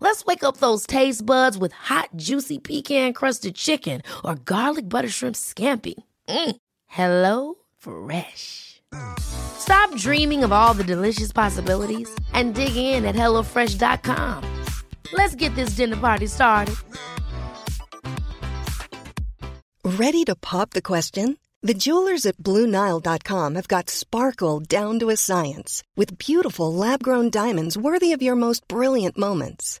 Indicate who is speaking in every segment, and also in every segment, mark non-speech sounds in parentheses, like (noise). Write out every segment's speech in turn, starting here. Speaker 1: Let's wake up those taste buds with hot, juicy pecan crusted chicken or garlic butter shrimp scampi. Mm. Hello Fresh. Stop dreaming of all the delicious possibilities and dig in at HelloFresh.com. Let's get this dinner party started.
Speaker 2: Ready to pop the question? The jewelers at BlueNile.com have got sparkle down to a science with beautiful lab grown diamonds worthy of your most brilliant moments.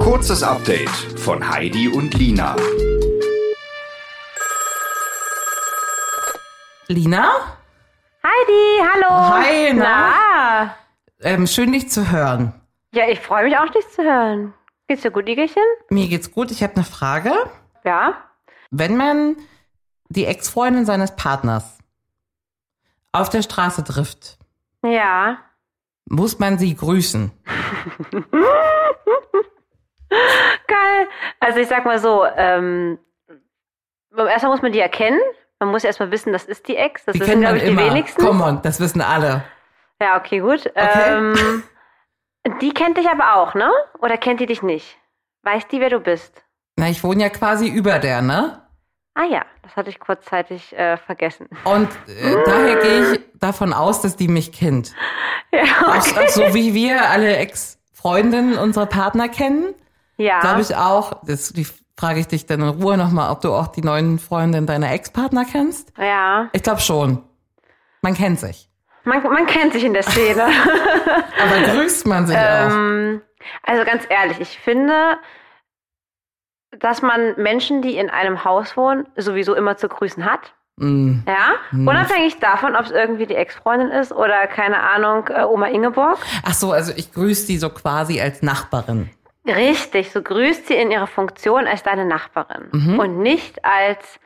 Speaker 3: Kurzes Update von Heidi und Lina.
Speaker 4: Lina?
Speaker 5: Heidi, hallo.
Speaker 4: Hi,
Speaker 5: Na?
Speaker 4: Ähm, schön, dich zu hören.
Speaker 5: Ja, ich freue mich auch, dich zu hören. Geht's dir gut, Igelchen?
Speaker 4: Mir geht's gut. Ich habe eine Frage.
Speaker 5: Ja.
Speaker 4: Wenn man die Ex-Freundin seines Partners auf der Straße trifft,
Speaker 5: Ja.
Speaker 4: muss man sie grüßen.
Speaker 5: Geil. Also ich sag mal so, ähm, erstmal muss man die erkennen. Man muss erstmal wissen, das ist die Ex. Das
Speaker 4: Die
Speaker 5: wissen,
Speaker 4: kennt man
Speaker 5: glaube ich, die
Speaker 4: immer.
Speaker 5: wenigsten.
Speaker 4: Come on, das wissen alle.
Speaker 5: Ja, okay, gut. Ähm, die kennt dich aber auch, ne? Oder kennt die dich nicht? Weiß die, wer du bist?
Speaker 4: Na, ich wohne ja quasi über der, ne?
Speaker 5: Ah ja, das hatte ich kurzzeitig äh, vergessen.
Speaker 4: Und äh, daher gehe ich davon aus, dass die mich kennt.
Speaker 5: Ja,
Speaker 4: Auch, auch so wie wir alle Ex-Freundinnen unsere Partner kennen,
Speaker 5: (laughs) ja.
Speaker 4: glaube ich auch. Das die frage ich dich dann in Ruhe nochmal, ob du auch die neuen Freundinnen deiner Ex-Partner kennst.
Speaker 5: ja.
Speaker 4: Ich glaube schon. Man kennt sich.
Speaker 5: Man, man kennt sich in der Szene. (laughs)
Speaker 4: Aber grüßt man sich
Speaker 5: Ähm, also ganz ehrlich, ich finde, dass man Menschen, die in einem Haus wohnen, sowieso immer zu grüßen hat.
Speaker 4: auch. Mm.
Speaker 5: Ja, unabhängig davon, ob es irgendwie die Ex-Freundin ist oder keine Ahnung, äh, Oma Ingeborg.
Speaker 4: Ach so, also ich grüße die so quasi als Nachbarin.
Speaker 5: Richtig, so grüßt sie in ihrer Funktion als deine Nachbarin und nicht als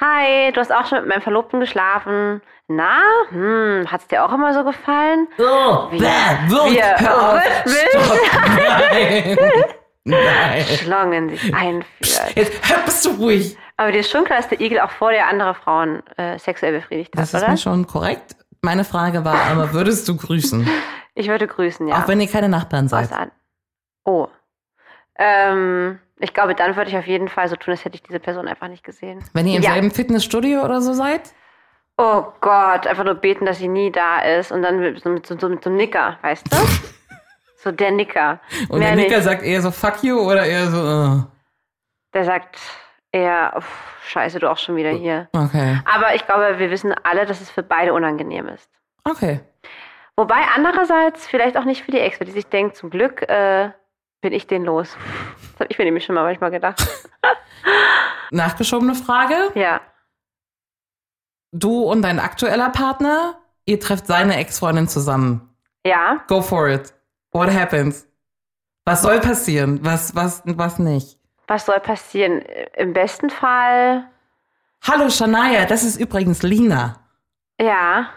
Speaker 5: Hi, du hast auch schon mit meinem Verlobten geschlafen. Na, hm, hat's dir auch immer so gefallen?
Speaker 4: Oh,
Speaker 5: Wir- bäh, wirklich, wir- hör (laughs) auf, rhythmisch.
Speaker 4: Nein. Nein.
Speaker 5: Schlungen sich einführt.
Speaker 4: Jetzt hör, bist du ruhig.
Speaker 5: Aber dir ist schon klar, dass der Igel auch vor dir andere Frauen äh, sexuell befriedigt hat,
Speaker 4: Das ist
Speaker 5: oder?
Speaker 4: mir schon korrekt. Meine Frage war aber, würdest du grüßen?
Speaker 5: Ich würde grüßen, ja.
Speaker 4: Auch wenn ihr keine Nachbarn seid.
Speaker 5: Was an. Oh. Ähm, ich glaube, dann würde ich auf jeden Fall so tun, als hätte ich diese Person einfach nicht gesehen.
Speaker 4: Wenn ihr im
Speaker 5: ja.
Speaker 4: selben Fitnessstudio oder so seid?
Speaker 5: Oh Gott, einfach nur beten, dass sie nie da ist und dann mit so, mit so, so, mit so einem Nicker,
Speaker 4: (laughs)
Speaker 5: weißt du? so der Nicker.
Speaker 4: Und
Speaker 5: Mehr
Speaker 4: der Nicker
Speaker 5: nicht.
Speaker 4: sagt eher so fuck you oder eher so, äh.
Speaker 5: Der sagt eher, "Uff, scheiße, du auch schon wieder hier.
Speaker 4: äh, okay.
Speaker 5: Aber ich glaube, wir wissen alle, dass es für beide unangenehm ist.
Speaker 4: Okay.
Speaker 5: Wobei andererseits vielleicht auch nicht für die Ex, weil die sich denkt, zum Glück äh, bin ich den los. Das habe ich mir nämlich schon mal manchmal gedacht.
Speaker 4: Nachgeschobene Frage.
Speaker 5: Ja.
Speaker 4: Du und dein aktueller Partner, ihr trefft seine Ex-Freundin zusammen.
Speaker 5: Ja.
Speaker 4: Go for it. What happens? Was soll passieren? Was, was, was nicht?
Speaker 5: Was soll passieren? Im besten Fall,
Speaker 4: Hallo Shania, das ist übrigens Lina.
Speaker 5: ja.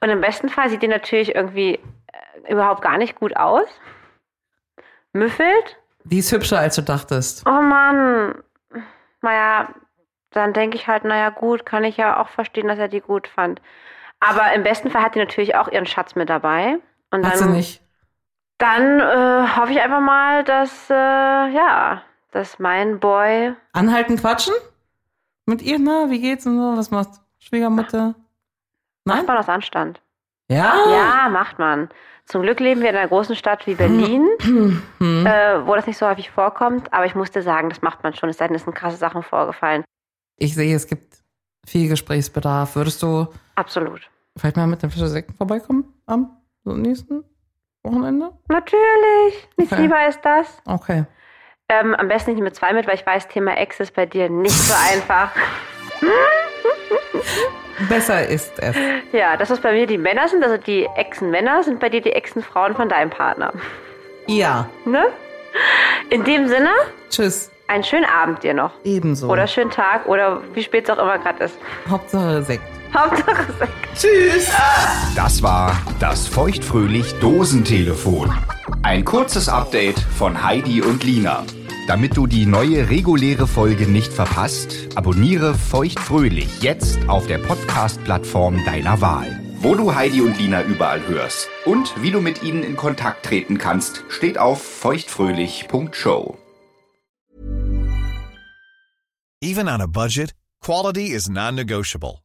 Speaker 5: Und im besten Fall sieht die natürlich irgendwie äh, überhaupt gar nicht gut aus. Müffelt.
Speaker 4: Die ist hübscher, als du dachtest.
Speaker 5: Oh Mann. Naja, dann denke ich halt, naja, gut, kann ich ja auch verstehen, dass er die gut fand. Aber im besten Fall hat die natürlich auch ihren Schatz mit dabei. Und
Speaker 4: Hat sie
Speaker 5: dann
Speaker 4: nicht.
Speaker 5: Dann äh, hoffe ich einfach mal, dass, äh, ja, dass mein Boy
Speaker 4: Anhalten, quatschen? Mit ihr, na, wie geht's und so? Was machst du? Schwiegermutter? Nein?
Speaker 5: Macht man aus Anstand.
Speaker 4: Ja?
Speaker 5: Ja, macht man. Zum Glück leben wir in einer großen Stadt
Speaker 4: (clears throat)
Speaker 5: wie Berlin,
Speaker 4: Mhm.
Speaker 5: äh, wo das nicht so häufig vorkommt. Aber ich musste sagen, das macht man schon, es sei denn, es sind krasse Sachen vorgefallen.
Speaker 4: Ich sehe, es gibt viel Gesprächsbedarf. Würdest du
Speaker 5: Absolut.
Speaker 4: vielleicht mal mit einer Flasche Sekt vorbeikommen am so nächsten Wochenende?
Speaker 5: Natürlich. Nichts
Speaker 4: Okay.
Speaker 5: lieber ist das.
Speaker 4: Okay.
Speaker 5: Ähm, am besten nicht mit zwei mit, weil ich weiß, Thema Ex ist bei dir nicht so einfach.
Speaker 4: Besser ist es.
Speaker 5: Ja, das, was bei mir die Männer sind, also die Exen-Männer, sind bei dir die Exen-Frauen von deinem Partner. (laughs)
Speaker 4: Ja.
Speaker 5: Ne? In dem Sinne,
Speaker 4: Tschüss.
Speaker 5: einen schönen Abend dir noch.
Speaker 4: Ebenso.
Speaker 5: Oder schönen Tag oder wie spät es auch immer gerade ist.
Speaker 4: Hauptsache Sekt.
Speaker 5: Hauptsache Sex.
Speaker 3: Das war das feuchtfröhlich Dosentelefon. Ein kurzes Update von Heidi und Lina. Damit du die neue reguläre Folge nicht verpasst, abonniere feuchtfröhlich jetzt auf der Podcast-Plattform deiner Wahl. Wo du Heidi und Lina überall hörst und wie du mit ihnen in Kontakt treten kannst, steht auf feuchtfröhlich.show.
Speaker 6: Even on a budget, quality is non-negotiable.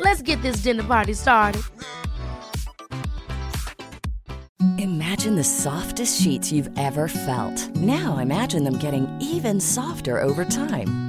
Speaker 1: Let's get this dinner party started.
Speaker 7: Imagine the softest sheets you've ever felt. Now imagine them getting even softer over time.